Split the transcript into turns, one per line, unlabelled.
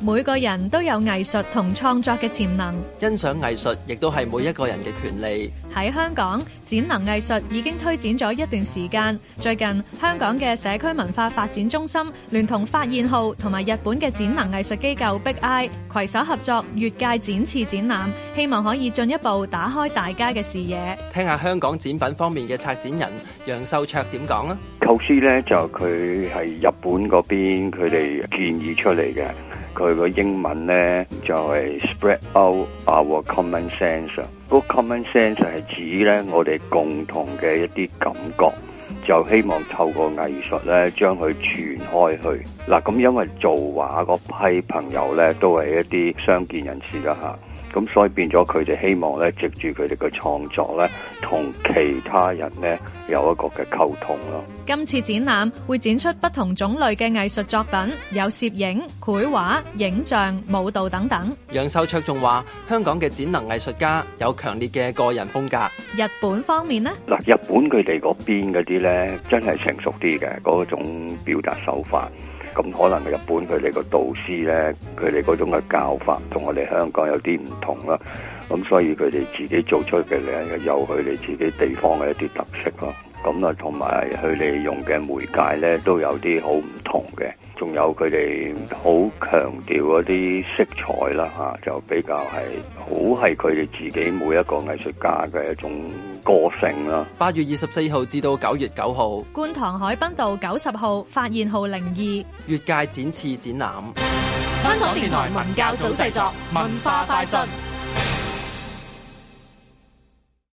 每個人都有藝術同創作嘅潛能。
欣賞藝術亦都係每一個人嘅權利。
喺香港，展能藝術已經推展咗一段時間。最近，香港嘅社區文化發展中心聯同發現號同埋日本嘅展能藝術機構 Big Eye 攜手合作越界展翅展覽，希望可以進一步打開大家嘅視野。
聽下香港展品方面嘅策展人楊秀卓點講啊？
構思咧就佢係日本嗰邊佢哋建議出嚟嘅。佢個英文咧就係 spread out our common sense。個啊 common sense 係指咧我哋共同嘅一啲感覺，就希望透過藝術咧將佢傳開去。嗱，咁因為做畫嗰批朋友咧都係一啲傷健人士啦嚇，咁所以變咗佢哋希望咧藉住佢哋嘅創作咧，同其他人咧有一個嘅溝通咯。
今次展覽會展出不同種類嘅藝術作品，有攝影、繪畫、影像、舞蹈等等。
楊秀卓仲話：香港嘅展能藝術家有強烈嘅個人風格。
日本方面呢，
嗱，日本佢哋嗰邊嗰啲咧，真係成熟啲嘅嗰種表達手法。咁可能日本佢哋個導師咧，佢哋嗰種嘅教法同我哋香港有啲唔同啦。咁所以佢哋自己做出嘅咧，有佢哋自己地方嘅一啲特色咯。咁啊，同埋佢哋用嘅媒介咧，都有啲好唔同嘅。仲有佢哋好強調嗰啲色彩啦，嚇、就比較係好係佢哋自己每一個藝術家嘅一種個性啦。
八月二十四號至到九月九號，
觀塘海濱道九十號發現號零二。
越界展翅展覽。
香港電台文教組製作，文化快訊。